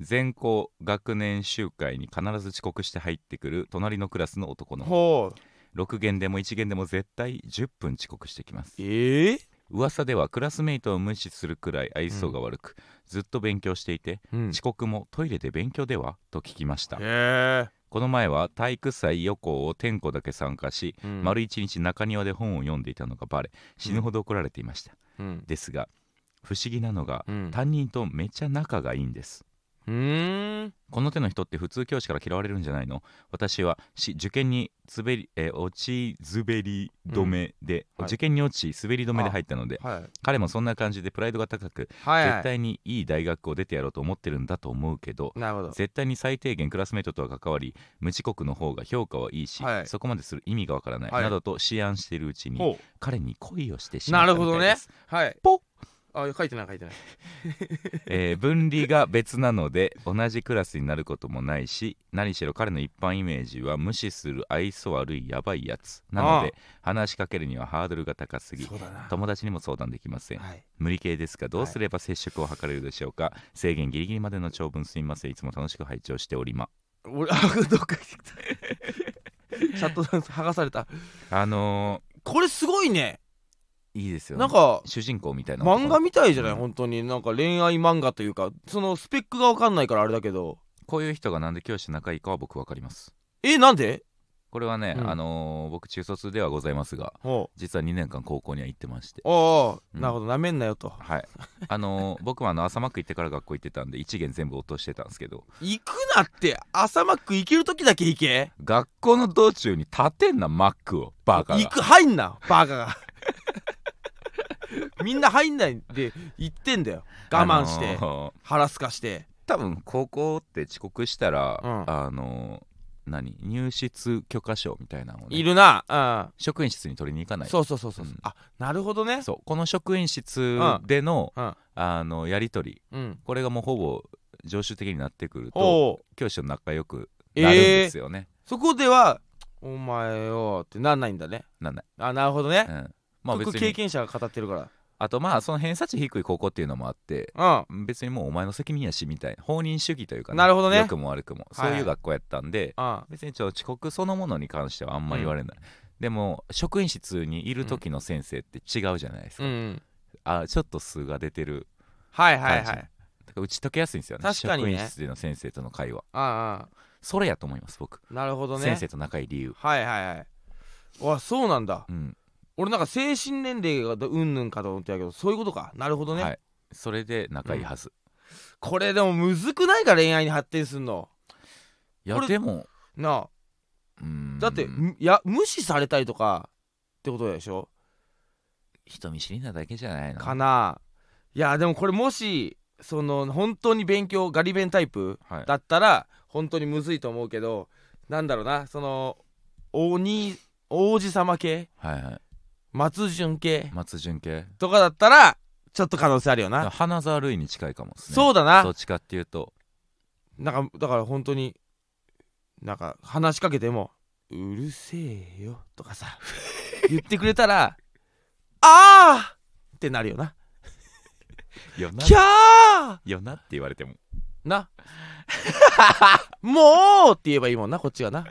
[SPEAKER 1] 全校学年集会に必ず遅刻して入ってくる隣のクラスの男の子
[SPEAKER 2] ほう
[SPEAKER 1] 6限でも1限でも絶対10分遅刻してきます
[SPEAKER 2] ええ
[SPEAKER 1] 噂ではクラスメイトを無視するくらい愛想が悪く、ずっと勉強していて
[SPEAKER 2] うん
[SPEAKER 1] 遅刻もトイレで勉強ではと聞きました
[SPEAKER 2] へ
[SPEAKER 1] この前は体育祭予行を点呼だけ参加し、
[SPEAKER 2] え、うん
[SPEAKER 1] 丸一日中庭で本を読んでいたのがバレ死ぬほど怒られていました、
[SPEAKER 2] うん
[SPEAKER 1] ですが不思議なのが
[SPEAKER 2] うん
[SPEAKER 1] 担任とめちゃ仲がいいんです
[SPEAKER 2] うーん
[SPEAKER 1] この手の人って普通教師から嫌われるんじゃないの私はし受験につべり、えー落ち滑り止めで、
[SPEAKER 2] うんはい
[SPEAKER 1] 受験に落ち滑り止めで入ったので
[SPEAKER 2] はい
[SPEAKER 1] 彼もそんな感じでプライドが高く、
[SPEAKER 2] はい
[SPEAKER 1] 絶対にいい大学を出てやろうと思ってるんだと思うけど
[SPEAKER 2] なるほど
[SPEAKER 1] 絶対に最低限クラスメートとは関わり無遅刻の方が評価はいいし、
[SPEAKER 2] はい
[SPEAKER 1] そこまでする意味がわからない、
[SPEAKER 2] はい
[SPEAKER 1] などと思案しているうちに
[SPEAKER 2] ほう
[SPEAKER 1] 彼に恋をしてしまったみたいです
[SPEAKER 2] なるほどねはい
[SPEAKER 1] ポッ
[SPEAKER 2] あ書いてない書いてない
[SPEAKER 1] えー分離が別なので同じクラスになることもないし何しろ彼の一般イメージは無視する愛想悪いやばいやつなので話しかけるにはハードルが高すぎ
[SPEAKER 2] うだな
[SPEAKER 1] 友達にも相談できません
[SPEAKER 2] はい
[SPEAKER 1] 無理系ですがどうすれば接触を図れるでしょうか、制限ギリギリまでの長文すみませんいつも楽しく拝聴しておりま
[SPEAKER 2] 俺あどっか行った シャットダウン剥がされた
[SPEAKER 1] あの
[SPEAKER 2] これすごいね
[SPEAKER 1] ー、いいですよね
[SPEAKER 2] なんか
[SPEAKER 1] 主人公みたいな
[SPEAKER 2] 漫画みたいじゃない
[SPEAKER 1] うん
[SPEAKER 2] 本当になんか恋愛漫画というかそのスペックがわかんないからあれだけど
[SPEAKER 1] こういう人がなんで教師と仲いいかは僕わかります
[SPEAKER 2] えなんで
[SPEAKER 1] これはね、
[SPEAKER 2] うん
[SPEAKER 1] あのー僕中卒ではございますが
[SPEAKER 2] ほ
[SPEAKER 1] 実は2年間高校には行ってまして
[SPEAKER 2] うああ、
[SPEAKER 1] うん
[SPEAKER 2] なるほどなめんなよと
[SPEAKER 1] はい、あ のー僕はあの朝マック行ってから学校行ってたんで1限全部落としてたんですけど
[SPEAKER 2] 行くなって朝マック行ける時だけ行け
[SPEAKER 1] 学校の道中に立てんなマックをバカが
[SPEAKER 2] 行く入んなバカが みんな入んないで言ってんだよ我慢して、
[SPEAKER 1] あのー
[SPEAKER 2] 腹すかして
[SPEAKER 1] 多分高校って遅刻したら、
[SPEAKER 2] うん
[SPEAKER 1] あのー何入室許可証みたいなのをね、
[SPEAKER 2] いるな、
[SPEAKER 1] 職員室に取りに行か
[SPEAKER 2] う、
[SPEAKER 1] なんい
[SPEAKER 2] そうそうそうそう、
[SPEAKER 1] うん
[SPEAKER 2] あなるほどね
[SPEAKER 1] そうこの職員室での,、
[SPEAKER 2] うん
[SPEAKER 1] あのやり取り
[SPEAKER 2] うん
[SPEAKER 1] これがもうほぼ常習的になってくると
[SPEAKER 2] おう
[SPEAKER 1] 教師と仲良くなるんですよね、
[SPEAKER 2] そこでは「お前よ」ってなんないんだね
[SPEAKER 1] なんだ、
[SPEAKER 2] あなるほどね、
[SPEAKER 1] うん、まあ別
[SPEAKER 2] 僕経
[SPEAKER 1] に
[SPEAKER 2] 験者が語ってるか
[SPEAKER 1] あとまあその偏差値低い高校っていうのもあって
[SPEAKER 2] ら
[SPEAKER 1] 別にもうお前の責任やしみたいな放任主義というか、
[SPEAKER 2] なるほどね
[SPEAKER 1] 良くも悪くもそう
[SPEAKER 2] は
[SPEAKER 1] い
[SPEAKER 2] いは
[SPEAKER 1] う
[SPEAKER 2] い
[SPEAKER 1] 学校やったんで、
[SPEAKER 2] うんうん
[SPEAKER 1] 別にちょっと遅刻そのものに関してはあんま言われない、でも職員室にいる時の先生って違うじゃないですか、
[SPEAKER 2] うんうん
[SPEAKER 1] あちょっと素が出てる
[SPEAKER 2] はいはい
[SPEAKER 1] 感じ
[SPEAKER 2] はい
[SPEAKER 1] だから打ち解けやすいんですよね
[SPEAKER 2] 確かにね
[SPEAKER 1] 職員室での先生との会話
[SPEAKER 2] あ
[SPEAKER 1] それやと思います僕、
[SPEAKER 2] あなるほどね
[SPEAKER 1] 先生と仲いい理由
[SPEAKER 2] はいはいはいわそうなんだ
[SPEAKER 1] うん、
[SPEAKER 2] 俺なんか精神年齢がどうんぬんかと思ってたけどそういうことかなるほどね、
[SPEAKER 1] はいそれで仲いいはず、
[SPEAKER 2] これでもむずくないか恋愛に発展すんの
[SPEAKER 1] い
[SPEAKER 2] こ
[SPEAKER 1] や
[SPEAKER 2] れ
[SPEAKER 1] でも
[SPEAKER 2] なあ
[SPEAKER 1] うん
[SPEAKER 2] だって、むいや無視されたりとかってことでしょ
[SPEAKER 1] 人見知りなだけじゃないの
[SPEAKER 2] かないやでもこれもしその本当に勉強ガリ勉タイプ
[SPEAKER 1] はい、
[SPEAKER 2] だったら本当にむずいと思うけどなんだろうなその鬼王子様系
[SPEAKER 1] はいはい
[SPEAKER 2] 松潤系
[SPEAKER 1] 松潤系
[SPEAKER 2] とかだったらちょっと可能性あるよな、
[SPEAKER 1] 花沢類に近いかもですね
[SPEAKER 2] そううだ
[SPEAKER 1] ど
[SPEAKER 2] な
[SPEAKER 1] っちかっていうと
[SPEAKER 2] なんかだから本当になんか話しかけても「うるせえよ」とか さ言ってくれたら「ああ!」ってなるよな
[SPEAKER 1] よな
[SPEAKER 2] 「キャー!
[SPEAKER 1] よなって言われても」
[SPEAKER 2] な「もう!」って言えばいいもんなこっちがな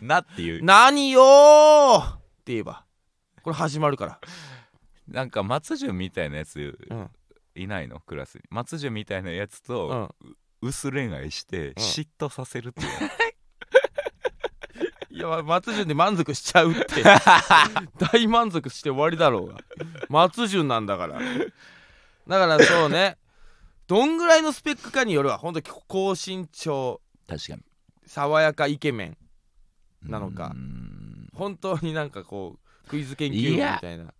[SPEAKER 1] なって
[SPEAKER 2] 「
[SPEAKER 1] いう
[SPEAKER 2] 何よー!」って言えばこれ始まるから
[SPEAKER 1] なんか松潤みたいなやつ
[SPEAKER 2] うん
[SPEAKER 1] いないの、クラスに松潤みたいなやつ
[SPEAKER 2] う
[SPEAKER 1] と
[SPEAKER 2] ん
[SPEAKER 1] 薄恋愛して嫉妬させるっていう、
[SPEAKER 2] いや松潤で満足しちゃ うって大満足して終わりだろうが松潤なんだからだからそうねどんぐらいのスペックかによるわほんと高身長
[SPEAKER 1] 確かに
[SPEAKER 2] 爽やかイケメンなのか
[SPEAKER 1] うーん
[SPEAKER 2] 本当になんかこうクイズ研究部みたいな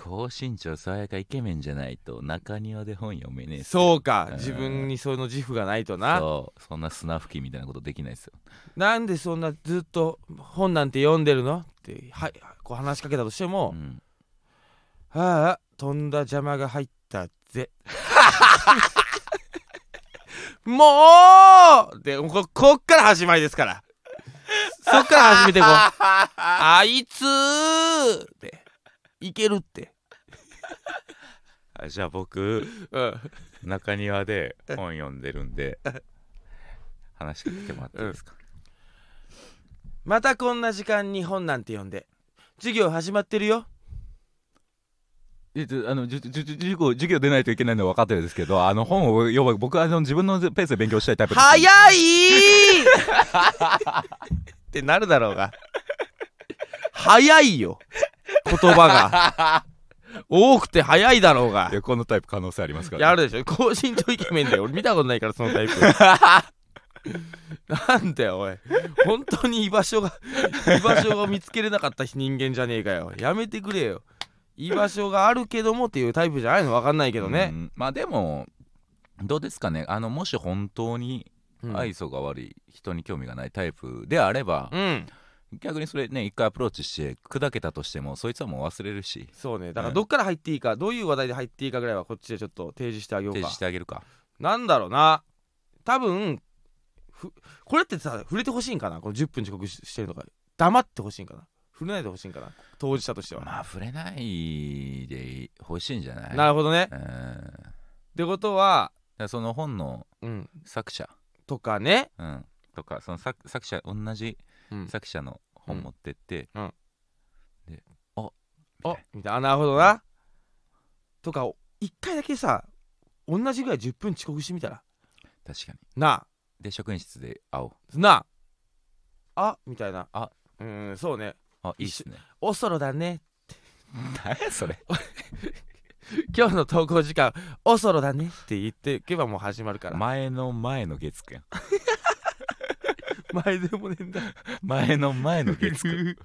[SPEAKER 1] 高身長爽やかイケメンじゃないと中庭で本読めねえっす
[SPEAKER 2] そうか
[SPEAKER 1] うん
[SPEAKER 2] 自分にその自負がないとな
[SPEAKER 1] そうそんな砂吹きみたいなことできないですよ
[SPEAKER 2] なんでそんなずっと本なんて読んでるのってはいこう話しかけたとしても、
[SPEAKER 1] うん
[SPEAKER 2] ああ飛んだ邪魔が入った ぜもうでここっから始まりですからそっから始めてこうあいつーっていけるって
[SPEAKER 1] あじゃあ僕
[SPEAKER 2] うん
[SPEAKER 1] 中庭で本読んでるん で話しかけてもらっていいですか、
[SPEAKER 2] またこんな時間に本なんて読んで授業始まってるよ
[SPEAKER 1] えっと、あの、じゅ、じゅ、じゅ、授業、授業出ないといけないのは分かってるんですけど、あの、本を読む、僕はあの自分のペースで勉強したいタイプです。
[SPEAKER 2] 早いってなるだろうが早いよ言葉が多くて早いだろうが
[SPEAKER 1] いや、このタイプ可能性ありますから、
[SPEAKER 2] やるでしょ高身長イケメンだよ俺見たことないからそのタイプなんだよおい本当に居場所が居場所を見つけれなかった人間じゃねえかよやめてくれよ居場所があるけどもっていうタイプじゃないの分かんないけど
[SPEAKER 1] う
[SPEAKER 2] ね、
[SPEAKER 1] んまあでも、どうですかね。あの、もし本当に
[SPEAKER 2] うん
[SPEAKER 1] 愛想が悪い、人に興味がないタイプであれば、
[SPEAKER 2] うん
[SPEAKER 1] 逆にそれね、一回アプローチして砕けたとしても、そいつはもう忘れるし、
[SPEAKER 2] そうねだか
[SPEAKER 1] う
[SPEAKER 2] ら
[SPEAKER 1] ん
[SPEAKER 2] どっから入っていいか、どういう話題で入っていいかぐらいはこっちでちょっと提示してあげよう
[SPEAKER 1] 提
[SPEAKER 2] か
[SPEAKER 1] 示してあげるか。
[SPEAKER 2] なんだろうな多分ふこれってさ触れてほしいんかなこの10分遅刻ししてるとか黙ってほしいんかな触れないでほしいんかな当事者としては、
[SPEAKER 1] まあ、触れないでほしいんじゃない
[SPEAKER 2] なるほどね
[SPEAKER 1] うん。だか
[SPEAKER 2] ってことは、
[SPEAKER 1] らその本の
[SPEAKER 2] うん、
[SPEAKER 1] 作者、
[SPEAKER 2] とかね、
[SPEAKER 1] うん、とか、その作作者、同じ
[SPEAKER 2] うん
[SPEAKER 1] 作者の本持ってって、
[SPEAKER 2] うん
[SPEAKER 1] で「あ
[SPEAKER 2] あみたいなあなるほどなとか一回だけさ同じぐらい10分遅刻してみたら
[SPEAKER 1] 確かに
[SPEAKER 2] な」
[SPEAKER 1] で職員室で会おう
[SPEAKER 2] あなああみたいな
[SPEAKER 1] あ
[SPEAKER 2] うんそうね
[SPEAKER 1] 「あいいっすね
[SPEAKER 2] おそろだね」
[SPEAKER 1] 何やそれ
[SPEAKER 2] 今日の投稿時間おそろだねって言っていけばもう始まるから、
[SPEAKER 1] 前の前の月 くん
[SPEAKER 2] 前でもねえんだ
[SPEAKER 1] 前の前の月くん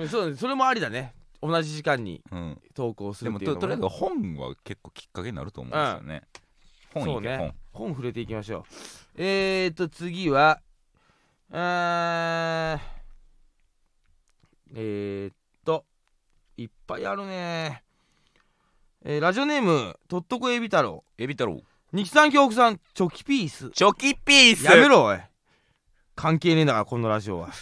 [SPEAKER 2] うんそうねそれもありだね同じ時間に
[SPEAKER 1] うん、
[SPEAKER 2] 投稿す
[SPEAKER 1] で
[SPEAKER 2] る
[SPEAKER 1] も
[SPEAKER 2] ってい
[SPEAKER 1] と
[SPEAKER 2] うの
[SPEAKER 1] とりあえず
[SPEAKER 2] も
[SPEAKER 1] 本は結構きっかけになると思うんですよね、本
[SPEAKER 2] そ
[SPEAKER 1] いうけ、
[SPEAKER 2] ね本触れていきましょうえーと次はあーえーっといっぱいあるねえーラジオネームとっとこエビ太郎
[SPEAKER 1] 本エビ太郎
[SPEAKER 2] 日産京北さんチョキピース
[SPEAKER 1] チョキピース
[SPEAKER 2] やめろおい関係ねえんだからこのラジオは、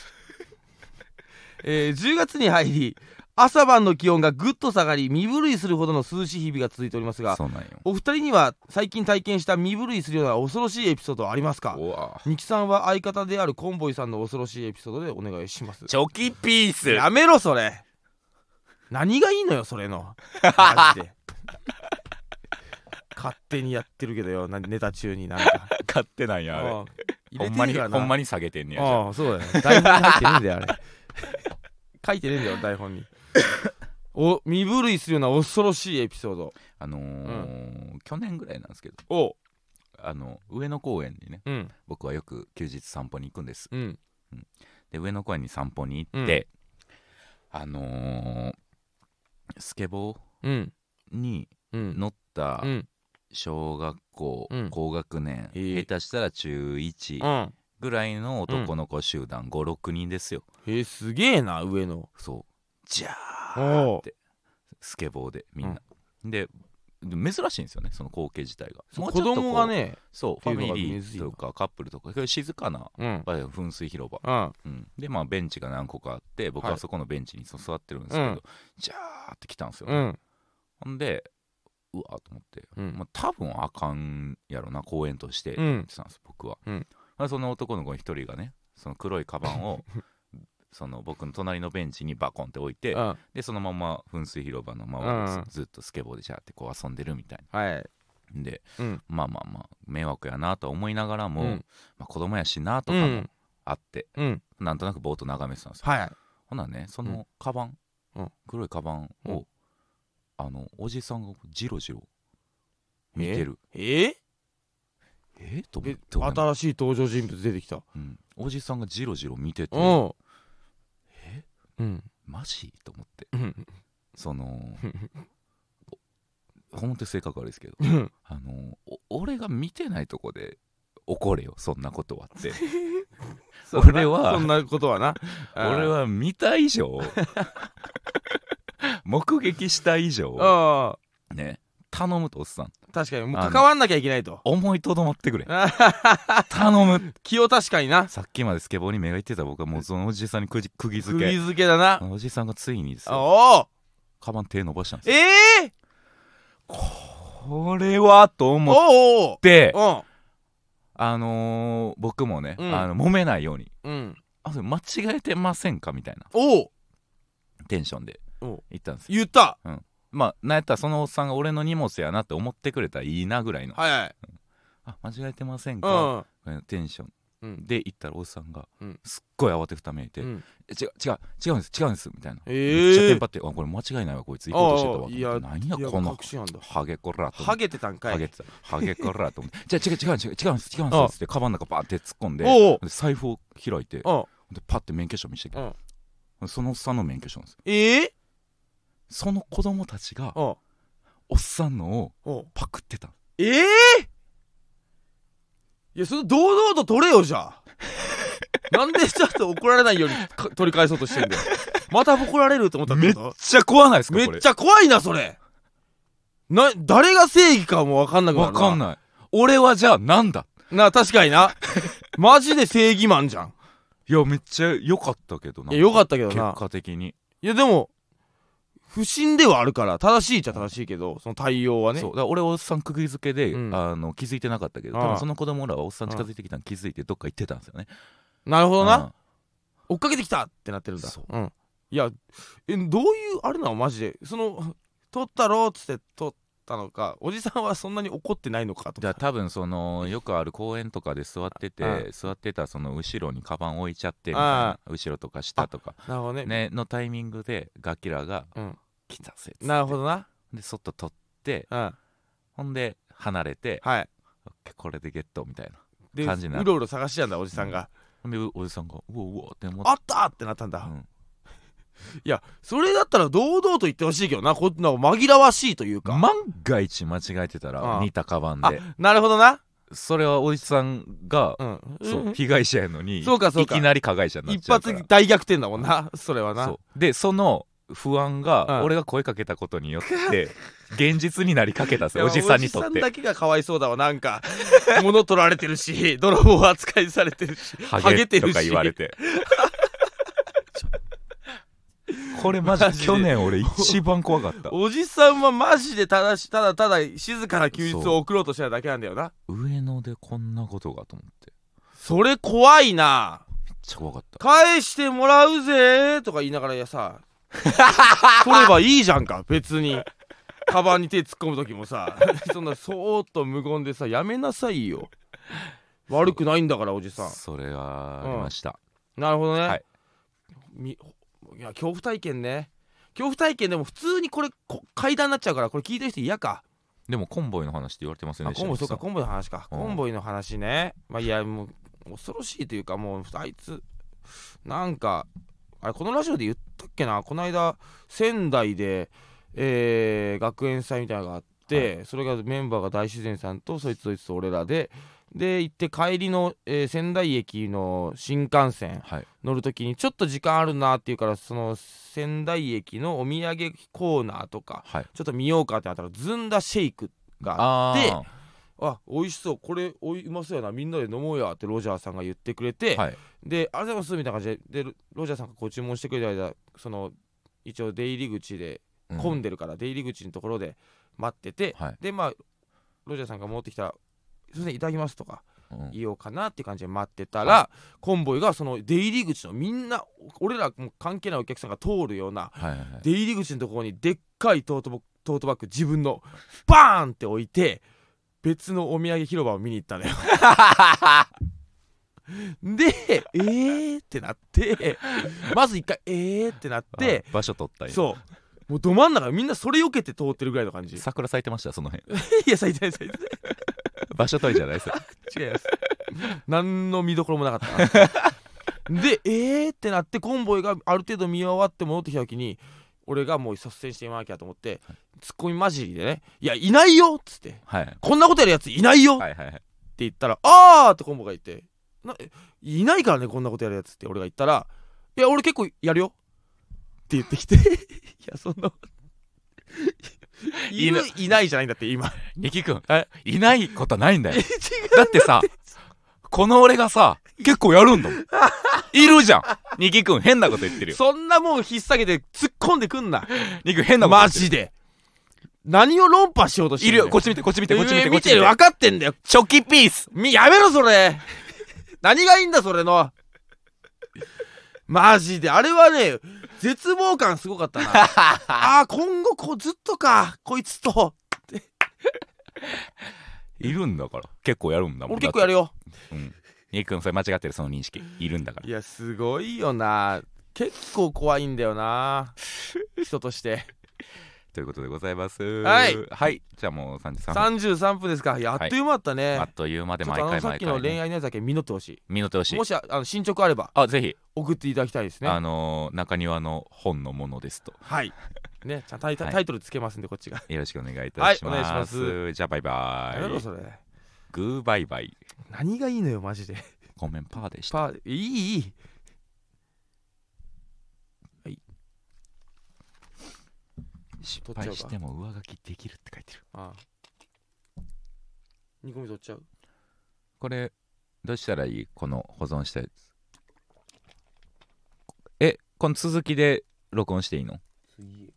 [SPEAKER 2] えー10月に入り朝晩の気温がぐっと下がり身震いするほどの涼しい日々が続いておりますが
[SPEAKER 1] そうなんよ
[SPEAKER 2] お二人には最近体験した身震いするような恐ろしいエピソードはありますか
[SPEAKER 1] うわ
[SPEAKER 2] ニキさんは相方であるコンボイさんの恐ろしいエピソードでお願いします
[SPEAKER 1] チョキピース
[SPEAKER 2] やめろそれ何がいいのよそれの マジで勝手にやってるけどよなネタ中になんか
[SPEAKER 1] 買ってないやあれ
[SPEAKER 2] ああ
[SPEAKER 1] ほん
[SPEAKER 2] 入
[SPEAKER 1] まに
[SPEAKER 2] れてるから
[SPEAKER 1] ほ
[SPEAKER 2] なん
[SPEAKER 1] まに下げてんねやじゃあ
[SPEAKER 2] ああそうだよ台本に入ってねえんだよあれ書いてねえんだよ台本にお身震いするような恐ろしいエピソード
[SPEAKER 1] あのー去年ぐらいなんですけど
[SPEAKER 2] お
[SPEAKER 1] あの上野公園にね
[SPEAKER 2] うん
[SPEAKER 1] 僕はよく休日散歩に行くんです
[SPEAKER 2] うん
[SPEAKER 1] で上野公園に散歩に行って、あのースケボー
[SPEAKER 2] うん
[SPEAKER 1] に
[SPEAKER 2] うん
[SPEAKER 1] 乗った
[SPEAKER 2] うん
[SPEAKER 1] 小学校、
[SPEAKER 2] うん
[SPEAKER 1] 高学年、
[SPEAKER 2] ええ
[SPEAKER 1] 下手したら中1
[SPEAKER 2] うん
[SPEAKER 1] ぐらいの男の子集団56人ですよ
[SPEAKER 2] えー、すげえな上の
[SPEAKER 1] そうじゃ
[SPEAKER 2] お
[SPEAKER 1] ー
[SPEAKER 2] お
[SPEAKER 1] ってスケボーでみんな、でで珍しいんですよねその光景自体がも
[SPEAKER 2] 子
[SPEAKER 1] うちょっとこう
[SPEAKER 2] 供がね
[SPEAKER 1] そう
[SPEAKER 2] っ
[SPEAKER 1] ファ
[SPEAKER 2] ていうのが
[SPEAKER 1] ミリ
[SPEAKER 2] 珍しい
[SPEAKER 1] ー
[SPEAKER 2] な
[SPEAKER 1] とかカップルとか静かな
[SPEAKER 2] うん
[SPEAKER 1] 場合は噴水広場
[SPEAKER 2] うん
[SPEAKER 1] うん、でまあベンチが何個かあって僕
[SPEAKER 2] は
[SPEAKER 1] はいそこのベンチに座ってるんですけど、
[SPEAKER 2] うん
[SPEAKER 1] ジャーって来たんですよ、
[SPEAKER 2] うん
[SPEAKER 1] ほんでうわーと思って、
[SPEAKER 2] うん
[SPEAKER 1] まあ、多分あかんやろな公園としてって
[SPEAKER 2] う
[SPEAKER 1] 言
[SPEAKER 2] ん
[SPEAKER 1] ってたんです僕は、
[SPEAKER 2] うん
[SPEAKER 1] まあその男の子一人がねその黒いカバン をその僕の隣のベンチにバコンって置いて、
[SPEAKER 2] うん
[SPEAKER 1] でそのまま噴水広場の周り
[SPEAKER 2] うん
[SPEAKER 1] でずずっとスケボーでシャーってこう遊んでるみたい
[SPEAKER 2] はい
[SPEAKER 1] なで
[SPEAKER 2] うん
[SPEAKER 1] まあまあまあ迷惑やなとは思いながらも、
[SPEAKER 2] うん
[SPEAKER 1] まあ、子供やしなと
[SPEAKER 2] う
[SPEAKER 1] かも
[SPEAKER 2] ん
[SPEAKER 1] あって、
[SPEAKER 2] うん
[SPEAKER 1] なんとなくぼーっと眺めてたんですよ、
[SPEAKER 2] はい
[SPEAKER 1] ほなねそ
[SPEAKER 2] うん
[SPEAKER 1] のカバン、
[SPEAKER 2] うん
[SPEAKER 1] 黒いカバンを、
[SPEAKER 2] う
[SPEAKER 1] あのおじさんがジロジロ見てる
[SPEAKER 2] えー、
[SPEAKER 1] えと思っ
[SPEAKER 2] え
[SPEAKER 1] て俺も
[SPEAKER 2] 新しい登場人物出てきた
[SPEAKER 1] うんおじさんがジロジロ見てて
[SPEAKER 2] うん
[SPEAKER 1] え
[SPEAKER 2] うん
[SPEAKER 1] マジと思って
[SPEAKER 2] うん
[SPEAKER 1] そのおほんと性格悪いですけど
[SPEAKER 2] うん
[SPEAKER 1] あのお俺が見てないとこで怒れよそんなことはって俺は
[SPEAKER 2] そんなことはな
[SPEAKER 1] 俺は見た以上 目撃した以上
[SPEAKER 2] は
[SPEAKER 1] ね頼むとおっさん
[SPEAKER 2] うん確かにも
[SPEAKER 1] あの
[SPEAKER 2] う関わんなきゃいけないと
[SPEAKER 1] 思いとどまってくれ
[SPEAKER 2] あはは
[SPEAKER 1] 頼む
[SPEAKER 2] 気を確かにな
[SPEAKER 1] さっきまでスケボーに目がいってた僕はもうそのおじさんにくじ釘付
[SPEAKER 2] 釘
[SPEAKER 1] け
[SPEAKER 2] 付けだな
[SPEAKER 1] あのおじさんがついにですよ
[SPEAKER 2] おお
[SPEAKER 1] カバン手伸ばしたんですよ
[SPEAKER 2] ええ
[SPEAKER 1] これはと
[SPEAKER 2] ー、
[SPEAKER 1] 思っ
[SPEAKER 2] おお
[SPEAKER 1] て
[SPEAKER 2] お
[SPEAKER 1] あのー僕もね、
[SPEAKER 2] うん
[SPEAKER 1] あの揉めないように
[SPEAKER 2] うんうん
[SPEAKER 1] あそれ間違えてませんかみたいな
[SPEAKER 2] おお
[SPEAKER 1] テンションで
[SPEAKER 2] お
[SPEAKER 1] 言ったんですよ
[SPEAKER 2] 言った
[SPEAKER 1] まあなんやったらそのおっさんが俺の荷物やなって思ってくれたらいいなぐらいの
[SPEAKER 2] はいはい
[SPEAKER 1] あ間違えてません
[SPEAKER 2] う
[SPEAKER 1] か、
[SPEAKER 2] ん
[SPEAKER 1] ぐらいのテンション
[SPEAKER 2] うん
[SPEAKER 1] で言ったらおっさんが、
[SPEAKER 2] うん
[SPEAKER 1] すっごい慌てふためいて、
[SPEAKER 2] う
[SPEAKER 1] え
[SPEAKER 2] ん
[SPEAKER 1] 違う違う違うんです違うんですみたいな、
[SPEAKER 2] え
[SPEAKER 1] めっちゃテ
[SPEAKER 2] ー
[SPEAKER 1] ンパってあこれ間違いないわこいつ行こうとしてたわと思って
[SPEAKER 2] ああいや
[SPEAKER 1] 何やこの
[SPEAKER 2] 隠しなんだ
[SPEAKER 1] ハゲコラと思
[SPEAKER 2] ハ
[SPEAKER 1] って
[SPEAKER 2] ゲてたんか
[SPEAKER 1] ハゲ
[SPEAKER 2] い
[SPEAKER 1] てたハゲコラと思ってじゃあ違う違う違う違うんです違うん
[SPEAKER 2] ああ
[SPEAKER 1] ですってカバンの中バーって突っ込んで
[SPEAKER 2] おう
[SPEAKER 1] で財布を開いて
[SPEAKER 2] おう
[SPEAKER 1] でパッて免許証見せてき
[SPEAKER 2] うん
[SPEAKER 1] てそのおっさんの免許証なんですよ
[SPEAKER 2] ええ
[SPEAKER 1] その子供たちが
[SPEAKER 2] おう
[SPEAKER 1] おっさんのを
[SPEAKER 2] おう
[SPEAKER 1] パクってた
[SPEAKER 2] ええいやその堂々と取れよじ ゃあなんでちょっと怒られないようにか取り返そうとしてんだよまた怒られると思ったっ
[SPEAKER 1] め
[SPEAKER 2] て
[SPEAKER 1] っ
[SPEAKER 2] こと
[SPEAKER 1] ちゃ怖ないですか
[SPEAKER 2] め
[SPEAKER 1] これ
[SPEAKER 2] っちゃ怖いなそれな誰が正義かも分かんなくなる
[SPEAKER 1] わかん
[SPEAKER 2] な
[SPEAKER 1] ない俺はじゃあなんだ
[SPEAKER 2] いな確かになマジで正義マンじゃん
[SPEAKER 1] いやめっちゃ良かったけどない
[SPEAKER 2] や良かったけどな
[SPEAKER 1] 結果的に
[SPEAKER 2] いやでも不審ではあるから正しいっちゃ正しいけどその対応はね
[SPEAKER 1] そうだから俺はおっさん釘付けで、
[SPEAKER 2] うん
[SPEAKER 1] あの気づいてなかったけど
[SPEAKER 2] ああ
[SPEAKER 1] 多分その子供らはおっさん近づいてきたの気づいてどっか行ってたんですよね
[SPEAKER 2] なるほどな、
[SPEAKER 1] うん
[SPEAKER 2] 追っかけてきたってなってるんだ
[SPEAKER 1] そ
[SPEAKER 2] うん、いやえどういうあれなのマジでその取ったろっつって取ったのかおじさんはそんなに怒ってないのかと
[SPEAKER 1] だ
[SPEAKER 2] か
[SPEAKER 1] から多分そのよくある公園とかで座ってて、
[SPEAKER 2] う
[SPEAKER 1] 座ってたその後ろにカバン置いちゃってみたい
[SPEAKER 2] あ
[SPEAKER 1] な後ろとか下とか、
[SPEAKER 2] なるほどね
[SPEAKER 1] ね、のタイミングでガキラが
[SPEAKER 2] うん、
[SPEAKER 1] 「来たせ」
[SPEAKER 2] なるほどな
[SPEAKER 1] でそっと取って
[SPEAKER 2] うん
[SPEAKER 1] ほんで離れて
[SPEAKER 2] はい
[SPEAKER 1] 「これでゲット」みたいな
[SPEAKER 2] で
[SPEAKER 1] 感じになる
[SPEAKER 2] うろうろ探してたんだおじさんが、
[SPEAKER 1] ほんでおじさんが「うわうわ」って思っ
[SPEAKER 2] あ
[SPEAKER 1] て
[SPEAKER 2] ったってなったんだ、
[SPEAKER 1] うん
[SPEAKER 2] いやそれだったら堂々と言ってほしいけどなこんな紛らわしいというか、
[SPEAKER 1] 万が一間違えてた
[SPEAKER 2] あ
[SPEAKER 1] ら
[SPEAKER 2] あ
[SPEAKER 1] 似たカバンで
[SPEAKER 2] なるほどな、
[SPEAKER 1] それはおじさんが、
[SPEAKER 2] うん、
[SPEAKER 1] そう被害者やのに
[SPEAKER 2] そうかそう
[SPEAKER 1] い
[SPEAKER 2] か
[SPEAKER 1] きなり加害者になっ
[SPEAKER 2] 一
[SPEAKER 1] ちゃうか
[SPEAKER 2] 発
[SPEAKER 1] ら
[SPEAKER 2] 大逆転だもんなそれはな
[SPEAKER 1] そうでその不安
[SPEAKER 2] う
[SPEAKER 1] が
[SPEAKER 2] ん
[SPEAKER 1] 俺が声かけたことによ って現実になりかけた
[SPEAKER 2] い
[SPEAKER 1] さ
[SPEAKER 2] や
[SPEAKER 1] おじさんにと
[SPEAKER 2] お
[SPEAKER 1] っ
[SPEAKER 2] じさん
[SPEAKER 1] て
[SPEAKER 2] だけがかわいそうだわなんか 物取られてるし泥棒扱いされてるしハゲてるし
[SPEAKER 1] とか言われて これマジ
[SPEAKER 2] マジで
[SPEAKER 1] 去年俺一番怖かった
[SPEAKER 2] おじさんはマジでただしただただ静かな休日を送ろうとしただけなんだよな
[SPEAKER 1] 上野でこんなことがと思って
[SPEAKER 2] それ怖いな
[SPEAKER 1] めっちゃ怖かった
[SPEAKER 2] 返してもらうぜとか言いながらい やさ取ればいいじゃんか別にカバンに手突っ込む時もさそんなそーっと無言でさやめなさいよ悪くないんだからおじさん
[SPEAKER 1] それはありました、
[SPEAKER 2] なるほどね、
[SPEAKER 1] はい
[SPEAKER 2] みいや恐怖体験ね恐怖体験でも普通にこれこ階段になっちゃうからこれ聞いてる人嫌か
[SPEAKER 1] でもコンボイの話って言われてません
[SPEAKER 2] あ
[SPEAKER 1] でした
[SPEAKER 2] コンボイそうか
[SPEAKER 1] 実は
[SPEAKER 2] コンボイの話か、
[SPEAKER 1] うん
[SPEAKER 2] コンボイの話ねまあいやもう恐ろしいというかもうあいつなんかあれこのラジオで言ったっけなこの間仙台で、えー学園祭みたいなのがあって、それがメンバーが大自然さんとそいつそいつと俺らでで行って帰りの、えー仙台駅の新幹線
[SPEAKER 1] はい
[SPEAKER 2] 乗る時にちょっと時間あるなっていうからその仙台駅のお土産コーナーとか
[SPEAKER 1] はい
[SPEAKER 2] ちょっと見ようかってなったらずんだシェイクがあ
[SPEAKER 1] あ
[SPEAKER 2] であ美味しそうこれおいうまそうやなみんなで飲もうやってロジャーさんが言ってくれて、
[SPEAKER 1] ーはい
[SPEAKER 2] でありがとうございますみたいな感じででロロジャーさんがご注文してくれた間その一応出入り口で混ん
[SPEAKER 1] で、
[SPEAKER 2] でるから出入り口のところで待ってて、
[SPEAKER 1] はい
[SPEAKER 2] でまあロジャーさんが持ってきたら「すいませんいただきます」とか
[SPEAKER 1] うん
[SPEAKER 2] 言おうかなって感じで待ってたら、コンボイがその出入り口のみんな俺らも関係ないお客さんが通るような
[SPEAKER 1] はいはいはい
[SPEAKER 2] 出入り口のところにでっかいトートボトートバッグ自分のバーンって置いて別のお土産広場を見に行った のよ。でえーってなってまず一回えーってなっ
[SPEAKER 1] あ
[SPEAKER 2] て
[SPEAKER 1] 場所取ったう
[SPEAKER 2] そうもうど真ん中みんなそれ避けて通ってるぐらいの 感じ。い
[SPEAKER 1] 桜咲いてましたその辺
[SPEAKER 2] や最低最低
[SPEAKER 1] 場所取りじゃないですよ
[SPEAKER 2] 違います何の見どころもなかったなでえーってなってコンボイがある程度見終わって戻ってきた時に俺がもう率先して言わなきゃと思って、ツッコミ混じりでね「いやいないよ」っつって
[SPEAKER 1] はい
[SPEAKER 2] 「こんなことやるやついないよ」って
[SPEAKER 1] はいはいはい
[SPEAKER 2] 言ったら「あー」ってコンボが言ってな「いないからねこんなことやるやつ」って俺が言ったら「いや俺結構やるよ」って言って きていやそんないるいないじゃないんだって今
[SPEAKER 1] ゆきくん
[SPEAKER 2] え
[SPEAKER 1] いないことないんだよ
[SPEAKER 2] 違う
[SPEAKER 1] だってさ、この俺がさ、結構やるんだもん。いるじゃん。ニキ君変なこと言ってるよ。
[SPEAKER 2] そんなもん引っ提げて突っ込んでくんな
[SPEAKER 1] ニキ君変なこと言
[SPEAKER 2] マ
[SPEAKER 1] ってる。
[SPEAKER 2] ジで何を論破しようとして
[SPEAKER 1] いるよ。こっ
[SPEAKER 2] ち
[SPEAKER 1] ち見て、こっち見て、こっち見て、こっ
[SPEAKER 2] 見
[SPEAKER 1] ち見
[SPEAKER 2] て
[SPEAKER 1] て
[SPEAKER 2] る。分かってんだよ
[SPEAKER 1] チョキピース。
[SPEAKER 2] みやめろそれ何がいいんだそれのマジであれはね絶望感すごか ったなあー今後こうずっとかこいつと
[SPEAKER 1] いるんだから。結構やるんだもん。
[SPEAKER 2] 俺結構や
[SPEAKER 1] る。
[SPEAKER 2] るよ
[SPEAKER 1] うん。ニキ君それ間違ってる、その認識。いるんだから。
[SPEAKER 2] いやすごいよな結構怖いんだよな人と して
[SPEAKER 1] ということでございます。
[SPEAKER 2] はい
[SPEAKER 1] はい。じゃあもう33分。
[SPEAKER 2] 33分ですかやっという間だったね、
[SPEAKER 1] あっという間で
[SPEAKER 2] ちょっ
[SPEAKER 1] 毎
[SPEAKER 2] とあの
[SPEAKER 1] 回
[SPEAKER 2] さっ
[SPEAKER 1] 毎
[SPEAKER 2] きの
[SPEAKER 1] 回
[SPEAKER 2] 恋
[SPEAKER 1] ね。
[SPEAKER 2] 愛のやつだけ見乗ってほしい
[SPEAKER 1] 見事よし
[SPEAKER 2] も。しああの進捗あれば
[SPEAKER 1] あ、ぜひ、
[SPEAKER 2] 送っていただきたいですね。
[SPEAKER 1] あのー、中庭の本のものですと。
[SPEAKER 2] はい。 ね、ちゃんとタイ,、
[SPEAKER 1] はい
[SPEAKER 2] タイトルつけますんでこっちが。
[SPEAKER 1] よろしくお願いいたし
[SPEAKER 2] はいお願いしま
[SPEAKER 1] ますす。じゃあバイバ
[SPEAKER 2] やめろ
[SPEAKER 1] イ。
[SPEAKER 2] それ。
[SPEAKER 1] グーバイバイ。
[SPEAKER 2] 何がいいのよマジで。
[SPEAKER 1] ごめん、パーでした。
[SPEAKER 2] パーいいいい。
[SPEAKER 1] 失
[SPEAKER 2] 取っちゃう
[SPEAKER 1] 敗
[SPEAKER 2] か
[SPEAKER 1] しても上書きできるって書いてる
[SPEAKER 2] ああ。煮込み取っちゃう。
[SPEAKER 1] これどうしたらいいこの保存したやつえこの続きで録音していいの
[SPEAKER 2] 次。